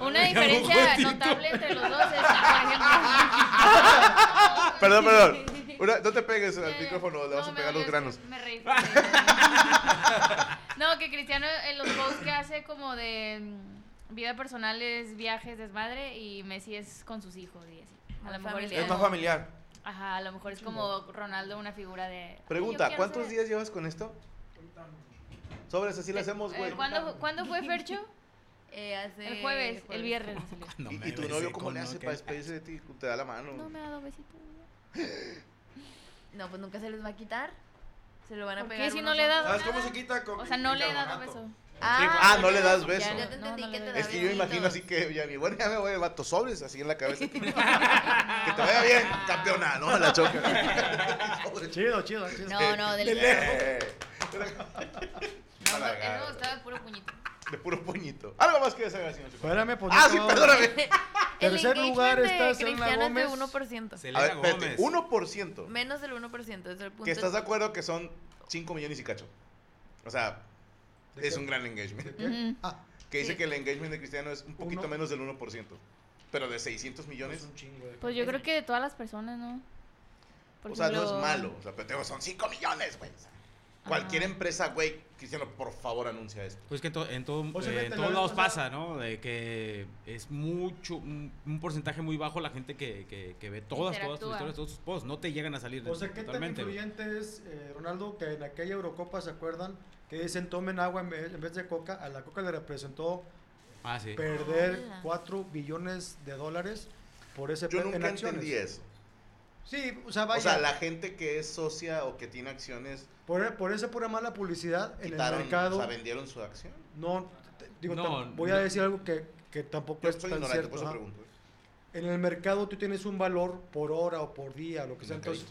H: Una
D: Ya no
H: diferencia
D: juego,
H: notable entre los dos es, que,
C: Perdón, perdón. Una- no te pegues
H: por
C: al
H: ejemplo.
C: micrófono, le vas a
H: Eh, No, me
C: pegar los
H: dolió,
C: granos.
H: Me reí. no, que Cristiano en los posts que hace como de mm, vida personal es viajes, desmadre y Messi es con sus hijos y así. A lo
G: Muy
H: mejor
G: familiar.
I: Es más familiar.
H: Ajá, a lo mejor es como Ronaldo una figura de "Ay, yo
C: Pregunta,
H: quiero
C: ¿cuántos
H: ser".
C: días llevas con esto? Sobres, así lo
H: Eh,
C: hacemos,
H: eh,
C: güey.
H: ¿cuándo, ¿Cuándo fue Fercho?
G: Eh, hace
H: El jueves, el viernes. salió.
D: No
C: ¿Y,
D: me
C: y tu
D: besé
C: novio cómo
D: con
C: le hace
D: aquel.
C: para despedirse de ti? Te da la mano.
H: No me ha dado besitos.
G: No, pues nunca se les va a quitar. Se lo van a
H: ¿Por qué
G: pegar.
H: si
G: unos
H: no le he
G: a
H: dado?
G: otros.
I: ¿Sabes cómo se quita? Con
H: O sea, no le he dado
I: bicarbonato.
H: beso.
C: Ah, no le das
G: ya,
C: beso.
G: Ya te
H: No,
G: entendí
H: no
G: que
H: le
G: te
H: doy.
G: da
C: Es que yo imagino así
G: besitos.
C: que ya ni bueno, ya me voy el vato sobres así en la cabeza. que te vaya bien, campeona, no la choca. Sobres.
F: Chido, chido, chido.
G: No, no, del-
C: Eh,
H: No, no,
C: Malagar.
H: eso estaba puro puñito.
C: De puro puñito. Algo más que desagradecer. no se puede.
F: Espérame, pues.
C: Ah,
F: no
C: sí,
F: acabo-
C: perdóname.
G: El
F: Tercer
G: engagement
F: lugar
G: de
F: está Selena
G: Cristiano es de
F: Gómez.
G: 1%.
C: A ver,
D: Pues Selena
C: espérate,
D: Gómez.
C: 1%.
G: Menos del 1%, es el punto.
C: Que estás de acuerdo que son 5 millones y cacho. O sea, es un gran engagement.
H: Ujú.
F: Ah,
C: Que dice
G: Sí.
C: que el engagement de Cristiano es un poquito
F: Uno.
C: menos del 1%. Pero de 600
F: es
C: millones,
F: un chingo. de-
H: Pues yo creo que de todas las personas, ¿no? Por
C: o sea, no es
H: ejemplo, Ah.
C: malo. O sea, pero te digo, son 5 millones, güey. O sea, Cualquier empresa, güey, Cristiano, por favor, anuncia esto.
D: Pues que en, to- en todo-
F: O sea,
D: eh,
F: fíjate,
D: en
F: la
D: todos
F: vez
D: lados
F: pasada-
D: pasa, ¿no? De que es mucho, un, un porcentaje muy bajo la gente que, que- que ve todas, todas sus
H: Interactúa.
D: historias, todos sus posts. No te llegan a salir de-
F: O sea, ¿qué tan
D: totalmente, güey.
F: influyente es, eh, Ronaldo, que en aquella Eurocopa, ¿se acuerdan? Que dicen tomen agua en vez, en vez de coca. A la coca le representó
D: Ah, sí.
F: perder
G: Ala.
F: 4 billones de dólares por ese
C: Yo
F: pe-
C: nunca entendí eso.
F: Sí, o sea, Ah, vaya.
C: O sea, la gente que es socia o que tiene acciones,
F: por, por esa pura mala publicidad en
C: quitaron,
F: el mercado.
C: o sea, vendieron su acción.
F: No, te- digo,
D: No,
F: tam- voy a
D: no.
F: decir algo que, que tampoco
C: Yo
F: es
C: estoy
F: Pues tan
C: ignorante,
F: cierto.
C: por eso
F: ajá.
C: pregunto.
F: En el mercado tú tienes un valor por hora o por día, lo que sea. Entonces,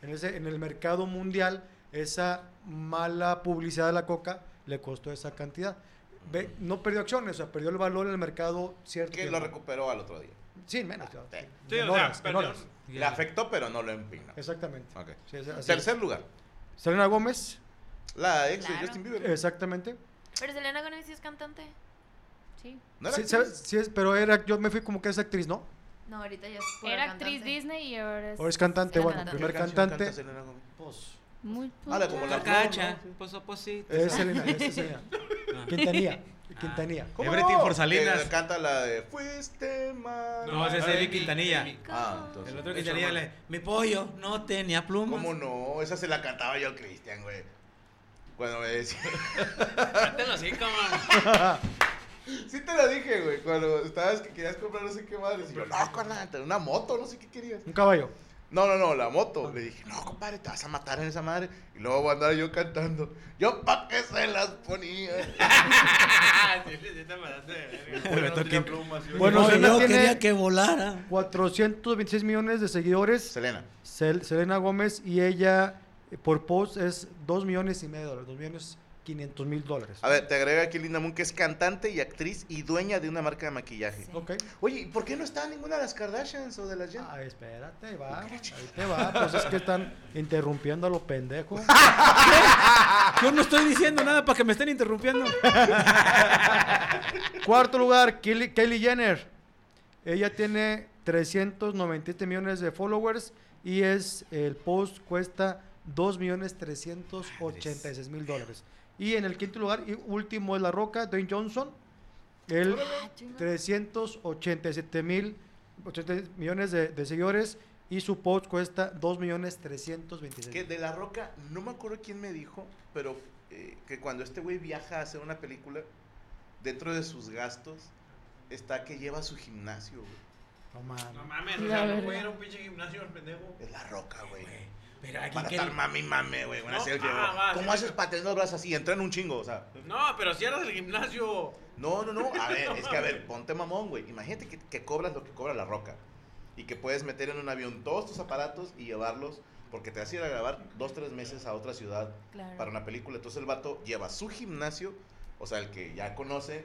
F: en, ese- en el mercado mundial, esa mala publicidad de la coca le costó esa cantidad. Ve- no perdió acciones, o sea, perdió el valor en el mercado cierto.
C: Que lo
F: tiempo.
C: recuperó al otro día.
F: Pues
C: Ah,
F: Sí, menos. claro,
C: Sí,
F: sí. En
D: o sea,
F: horas, en
D: perdió-
F: horas.
C: Le afectó, pero no lo empinó.
F: Exactamente.
C: Ok.
F: Sí, es- así es.
C: Tercer lugar,
F: Selena Gómez,
C: la ex de
G: Claro.
C: Justin Bieber.
F: exactamente.
G: Pero Selena Gómez sí es cantante.
H: Sí.
C: ¿No era
F: Sí,
C: actriz?
F: ¿sabes? Sí es, pero era, yo me fui como que es actriz, ¿no?
G: No, ahorita ya es pura
H: Era
G: cantante.
H: actriz Disney y ahora es.
F: O es cantante,
G: Sí,
F: bueno,
G: cantante.
F: primer
C: ¿Qué canción
F: cantante.
C: canta Selena Gómez?
F: Pues,
H: Muy
C: Habla como Ah, la
D: Cacha,
C: flor, ¿no?
D: pues, pues sí.
F: es Selena, es Selena.
D: Ah.
F: Quintanilla, Quintanilla.
C: ¿Cómo
D: Everything
C: no?
D: for Salinas.
C: Que canta la de Fuiste mal.
D: No, ese es Eric Quintanilla.
C: Ah,
D: El
C: entonces.
D: otro Quintanilla le mi pollo no tenía plumas.
C: ¿Cómo no? Esa se la cantaba yo al Cristian, güey. Cuando me decía.
E: Cántelo así, cabrón.
C: Sí te la dije, güey. Cuando estabas que querías comprar no sé qué madre. Y yo, no, carnal, una moto, no sé qué querías.
F: Un caballo.
C: No, no, no, la
E: Ah.
C: moto. Le dije, no, compadre, te vas a matar en esa madre. Y luego voy a andar yo cantando. Yo pa' qué se las ponía.
E: Sí, sí, te mandaste de verga.
I: Pero no tenía plumas. y-
F: Bueno,
D: Oye,
F: Selena
D: yo
F: tiene
D: quería que volara.
F: 426 millones de seguidores.
C: Selena.
F: Sel- Selena Gómez y ella eh, por post es 2 millones y medio de dólares, 2 millones 500 mil dólares.
C: A ver, te agrega aquí Linda Moon, que es cantante y actriz y dueña de una marca de maquillaje.
G: Sí.
F: Ok.
C: Oye, ¿y por qué no está ninguna de las Kardashians o de las Jen?
F: Ah, espérate, ahí va, ahí te va. Pues es que están interrumpiendo a los pendejos.
D: Yo no estoy diciendo nada para que me estén interrumpiendo.
F: Cuarto lugar, Kylie, Kylie Jenner. Ella tiene 397 millones de followers y es el post cuesta 2 millones 386 mil dólares. Y en el quinto lugar y último es La Roca, Dwayne Johnson. Él
G: Ah, chinga.
F: 387 mil 80 millones de, de seguidores y su post cuesta 2 millones 326
C: Que de La Roca, no me acuerdo quién me dijo, pero eh, que cuando este güey viaja a hacer una película, dentro de sus gastos está que lleva su gimnasio, güey.
F: No mames.
E: No mames, o
H: La
E: sea, no
H: verdad.
E: puede ir a un pinche gimnasio al pendejo.
C: Es La Roca, güey.
E: Pero aquí
C: Para
E: que-
C: estar mami, mame, güey. Una
E: No,
C: selfie,
E: ah,
C: güey.
E: va, sí,
C: ¿Cómo
E: va.
C: haces para tener los brazos así? Entran un chingo, o sea.
E: No, pero cierras el gimnasio.
C: No, no, no. A ver, es que a ver, ponte mamón, güey. Imagínate que, que cobras lo que cobra la roca. Y que puedes meter en un avión todos tus aparatos y llevarlos. Porque te vas a ir a grabar dos, tres meses a otra ciudad
H: Claro.
C: para una película. Entonces el vato lleva su gimnasio, o sea, el que ya conoce,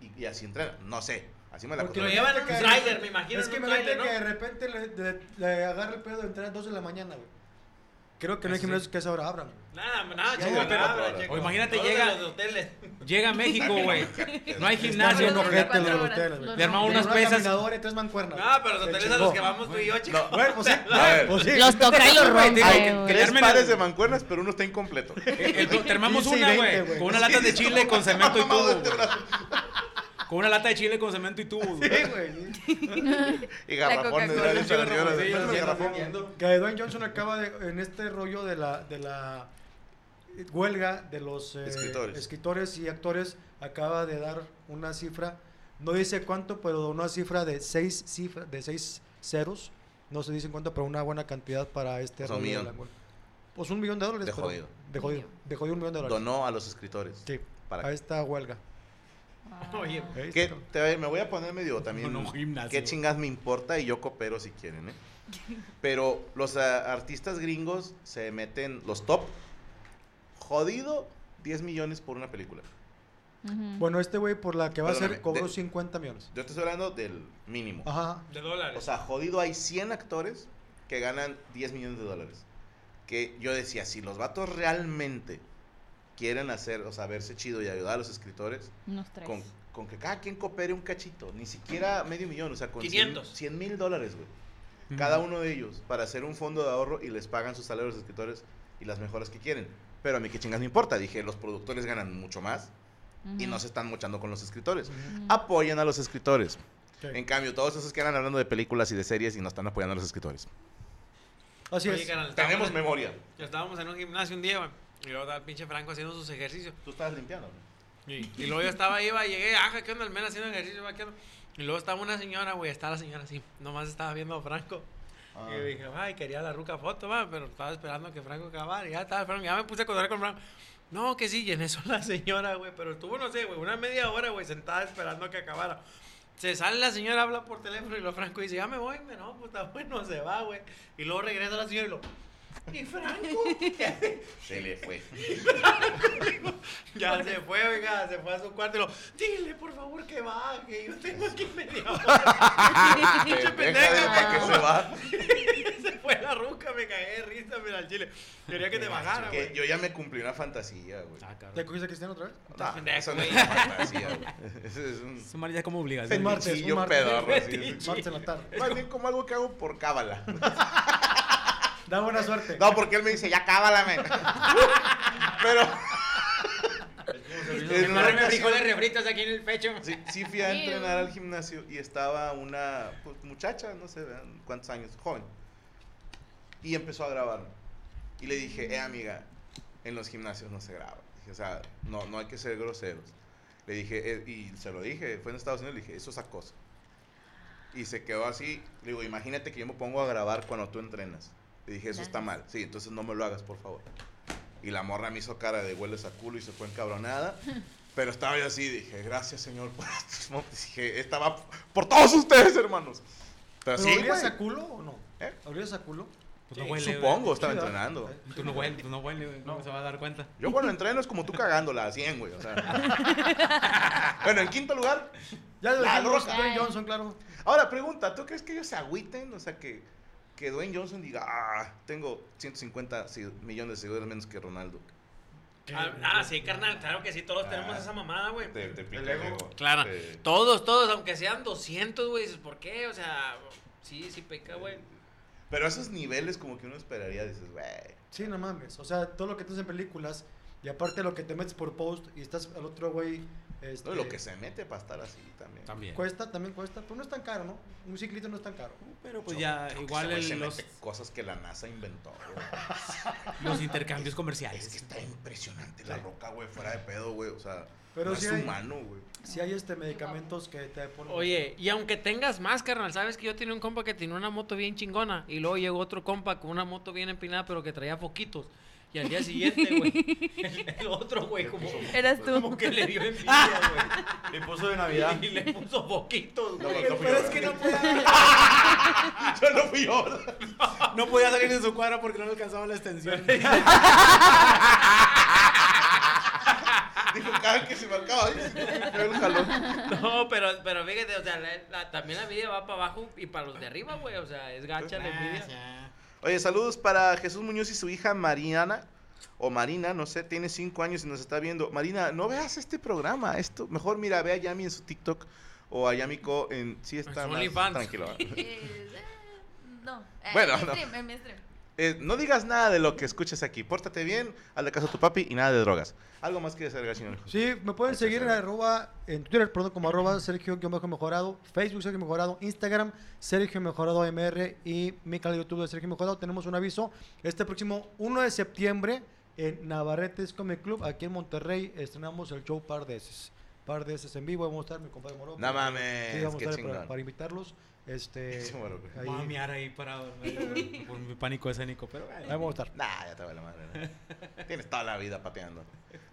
C: y, y así entrena. No sé. Así me la
F: Porque
E: Lo
C: cotorreo.
E: llevan en un tráiler, me imagino.
F: Es
E: en
F: que
E: un
F: me
E: tráiler,
F: mete
E: ¿no?
F: que de repente le, le- le agarra el pedo de entrar a las 2 de la mañana, güey. Creo que no hay
D: Eso sí.
F: gimnasios que a esa hora abran. güey.
E: Nada, nada,
C: Sí,
E: chico,
C: güey,
E: nada,
C: pero-
E: chico.
D: o imagínate,
E: Todos de
D: llega-
E: los hoteles.
D: Llega a México, güey. No hay
F: Están
D: gimnasio.
F: bien
D: no-
F: ojete los hoteles,
H: 24
F: güey.
H: horas, los
D: Te armaba
F: Tienen
D: unas
F: una
D: pesas.
F: caminadora y tres mancuernas.
E: No, Ah, pero los
F: Se
E: hoteles a
F: chingó.
E: los que vamos tú y yo, chico.
F: Bueno, pues sí.
C: A ver.
F: Pues sí.
A: Los toca y los rompe,
C: Hay
A: güey.
C: tres
D: Carmen,
C: pares
D: el-
C: de mancuernas, pero uno está incompleto.
D: El-
E: Eh,
D: el- te armamos
F: 15 y
D: una,
F: 20,
D: güey.
F: güey.
D: Con una lata de chile con cemento y
C: Mamado
D: tubo.
C: este
D: güey.
C: brazo.
D: Con una lata de chile con cemento y tubo. güey.
F: Sí, güey.
C: Y garrafones.
G: Coca-Cola.
C: dale, para arriba, dale,
F: Sí,
C: dale,
F: sí,
C: garrafón.
F: Que Dwayne Johnson acaba de, en este rollo de la, de la huelga de los eh,
C: Escritores.
F: escritores y actores, acaba de dar una cifra, no dice cuánto, pero una cifra de seis cifras, de seis ceros, no se dice cuánto, pero una buena cantidad para este
C: O sea, un
F: rollo de
C: millón.
F: la huelga. Pues un millón de dólares.
C: De
F: pero-
C: jodido.
F: De jodido. De jodido un millón de dólares.
C: Donó a los escritores.
F: Sí,
C: Para-
F: a esta huelga.
E: Oye,
F: Ahí
C: ¿Qué?
F: está.
C: Te voy- me voy a poner medio también.
D: Con un gimnasio.
C: ¿Qué chingas me importa? Y yo coopero si quieren, ¿eh? Pero los a- artistas gringos se meten los top. Jodido, 10 millones por una película.
H: Ujú.
F: Bueno, este güey por la que va a ser
C: Perdóname,
F: cobró
C: de-
F: 50 millones.
C: Yo te estoy hablando del mínimo.
F: Ajá.
E: de dólares.
C: O sea, jodido hay 100 actores que ganan 10 millones de dólares. Que yo decía, si los vatos realmente quieren hacer, o sea, verse chido y ayudar a los escritores,
H: Unos tres.
C: con, con que cada quien coopere un cachito, ni siquiera medio millón, o sea, con
E: 500.
C: 100 mil dólares, güey. Cada uno de ellos para hacer un fondo de ahorro y les pagan sus salarios de escritores y las mejoras que quieren. Pero a mí qué chingas me importa, dije, los productores ganan mucho más y
H: Ujú.
C: no Ah, se están mochando con los escritores.
H: Ujú.
C: Apoyen a los escritores.
F: Sí.
C: En cambio, todos esos que andan hablando de películas y de series y no están apoyando a los escritores.
F: Así
E: Oye,
F: es.
E: carnal, estábamos
C: Tenemos
E: en-
C: memoria.
E: Estábamos en un gimnasio un día, güey, Y luego estaba el pinche Franco haciendo sus ejercicios.
C: Tú estabas limpiando.
E: Y, y luego yo estaba ahí, va, llegué, ajá, ¿qué onda? El men haciendo ejercicio, va, ¿qué onda? Y luego estaba una señora, güey, estaba la señora así, nomás estaba viendo a Franco.
C: Ah.
D: Ah.
E: Y yo dije, ay, quería la ruca foto, va, pero estaba esperando que Franco acabara. Y ya estaba Franco, ya me puse a correr con Franco. No, que sí, y en eso la señora, güey, pero estuvo, no sé, güey, una media hora, güey, sentada esperando que acabara. Se sale la señora, habla por teléfono y lo Franco dice, ya me voy, me no, puta, bueno, se va, güey. Y luego regresa la señora y lo, ¿y Franco?
C: Se le fue.
E: Ya se fue, oiga, se fue a su cuarto y lo, dile por favor que baje, yo tengo aquí media hora. Pinche
C: Pendeja de
E: pendeja,
C: pa' que se va.
E: se fue la ruca, me cagué de risa, mira, al chile. Quería que te bajara,
C: Que
E: güey.
C: yo ya me cumplí una fantasía, güey.
D: Ah, cabrón.
F: ¿Te cogiste a Cristiano otra vez?
C: Nah,
E: pendejo,
C: eso no
E: güey.
C: es una fantasía, güey. Ese es un
D: Esa madre ya como obligación.
F: Un martes, un
C: fetichillo
F: martes.
C: pedorro. así, es
F: Martes
C: un-
F: en la tarde.
C: Más bien como algo que hago por cábala.
F: Da buena suerte.
C: No, porque él me dice, ya cábala, men. Pero
E: Se
C: en una
E: me
C: ocasión-
E: frijó de refritos aquí en el pecho.
C: sí, sí fui a entrenar al gimnasio y estaba una pues, muchacha, no sé ¿verdad? cuántos años, joven. Y empezó a grabarme. Y le dije, eh, amiga, en los gimnasios no se graba. Dije, o sea, no, no hay que ser groseros. Le dije, eh, y se lo dije, fue en Estados Unidos, le dije, eso es acoso. Y se quedó así. Le digo, imagínate que yo me pongo a grabar cuando tú entrenas. Le dije, eso está mal. Sí, entonces no me lo hagas, por favor. Y la morra me hizo cara de hueles a culo y se fue encabronada. Pero estaba yo así, dije, gracias, señor. por estos momentos". dije, esta va por todos ustedes, hermanos. Pero
F: ¿Pero
C: sí,
F: ¿Abrías
C: güey.
F: a culo o no?
C: ¿Eh?
F: ¿Abrías a culo?
D: Pues no huele, güey.
C: Supongo, estaba
F: Sí, ¿verdad?
C: entrenando.
D: Tú no huele, tú no huele, güey. No se va a dar cuenta.
C: Yo cuando entreno es como tú cagándola a 100, güey. O sea. bueno, en quinto lugar.
F: Ya lo
C: La
F: dijimos,
C: roca.
F: Dwayne Johnson, claro.
C: Ahora, pregunta, ¿tú crees que ellos se agüiten? O sea, que, que Dwayne Johnson diga, ah, tengo 150 si- millones de seguidores menos que Ronaldo.
E: Ah, ah, sí, carnal, claro que sí, todos
C: Ah.
E: tenemos esa mamada, güey.
C: Te, te pica
I: El
C: el
I: ego.
C: ego.
E: Claro,
C: Te-
E: todos, todos, aunque sean 200, güey, dices, ¿por qué? O sea, sí, sí peca, güey.
C: Pero esos niveles como que uno esperaría, dices, güey.
F: Sí, no mames. O sea, todo lo que te hacen en películas y aparte lo que te metes por post y estás al otro güey Este,
C: No, y lo que se mete para estar así también.
D: También.
F: Cuesta, también cuesta, pero no es tan caro, ¿no? Un ciclito no es tan caro.
D: Pero pues
C: Yo
D: ya,
C: creo que
D: igual
C: ese güey
D: el-
C: se
D: los,
C: mete cosas que la NASA inventó. güey.
D: los intercambios
C: Es que
D: comerciales.
C: está impresionante la roca, güey, fuera de pedo, güey. O sea,
F: Pero
C: no
F: sí
C: es
F: hay-
C: humano, güey.
F: Si hay este medicamentos que te ponen.
E: Oye, y aunque tengas más, carnal, sabes que yo tenía un compa que tenía una moto bien chingona y luego llegó otro compa con una moto bien empinada pero que traía foquitos. Y al día siguiente, güey, el, el otro, güey, como,
G: Eras
E: como
G: tú.
E: que le dio envidia,
I: Le puso de
E: güey.
I: Navidad.
E: Y le puso foquitos,
C: No,
E: güey.
C: no fui yo, ¿verdad? Yo no fui yo. ¿verdad?
D: No podía salir de su cuadra porque no le alcanzaba la extensión.
C: Dijo, cada que se me acaba, dice, "Me el jalón.
E: No, pero, pero fíjate, o sea, la- la- también la envidia va para abajo y para los de arriba, güey. O sea, es gacha la envidia.
C: Oye, saludos para Jesús Muñoz y su hija Mariana. O Marina, no sé, tiene cinco años y nos está viendo. Marina, no veas este programa. Esto, mejor mira, ve a Yami en su TikTok o a Yamiko en. Sí, está
E: su
C: más
E: OnlyFans.
C: tranquilo. ¿verdad?
G: Eh, No. Eh,
C: Bueno,
G: en mi
C: no.
G: stream, en mi stream.
C: Eh, no digas nada de lo que escuches aquí. Pórtate bien, hazle caso a tu papi y nada de drogas. Algo más que hacer, gachino.
F: Sí, me pueden seguir en arroba, en Twitter, perdón, como arroba Sergio-Mejorado, Facebook Sergio Mejorado, Instagram Sergio Mejorado MR y mi canal de YouTube de Sergio Mejorado. Tenemos un aviso este próximo 1 de septiembre en Navarretes Comic Club, aquí en Monterrey, estrenamos el show Par de Eses. Par de Eses en vivo, ahí vamos a estar mi compadre Moro.
C: No mames,
F: Sí, vamos a
C: qué
F: estar para,
C: chingón.
F: para invitarlos. Este,
C: Sí, Moro, güey.
F: ahí-
D: Voy a miar ahí para por mi pánico escénico, pero
F: ahí
D: bueno.
F: vamos a estar.
C: Nah, ya te va la madre. ¿no? Tienes toda la vida pateando.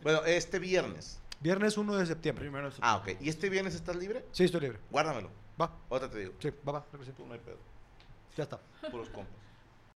C: Bueno, este viernes.
F: Viernes 1 de septiembre.
I: Primero
C: Ah, ok. ¿Y este viernes estás libre?
F: Sí, estoy libre.
C: Guárdamelo.
F: Va,
C: Otra te digo.
F: sí, va, va, claro que sí.
C: Tú no hay pedo.
F: ya está.
C: Puros compas.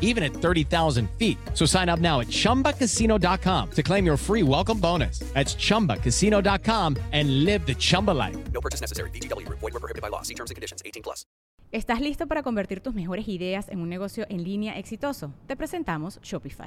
J: even at 30,000 feet. So sign up now at chumbacasino.com to claim your free welcome bonus. That's chumbacasino.com and live the Chumba life.
B: ¿Estás listo para convertir tus mejores ideas en un negocio en línea exitoso? Te presentamos Shopify.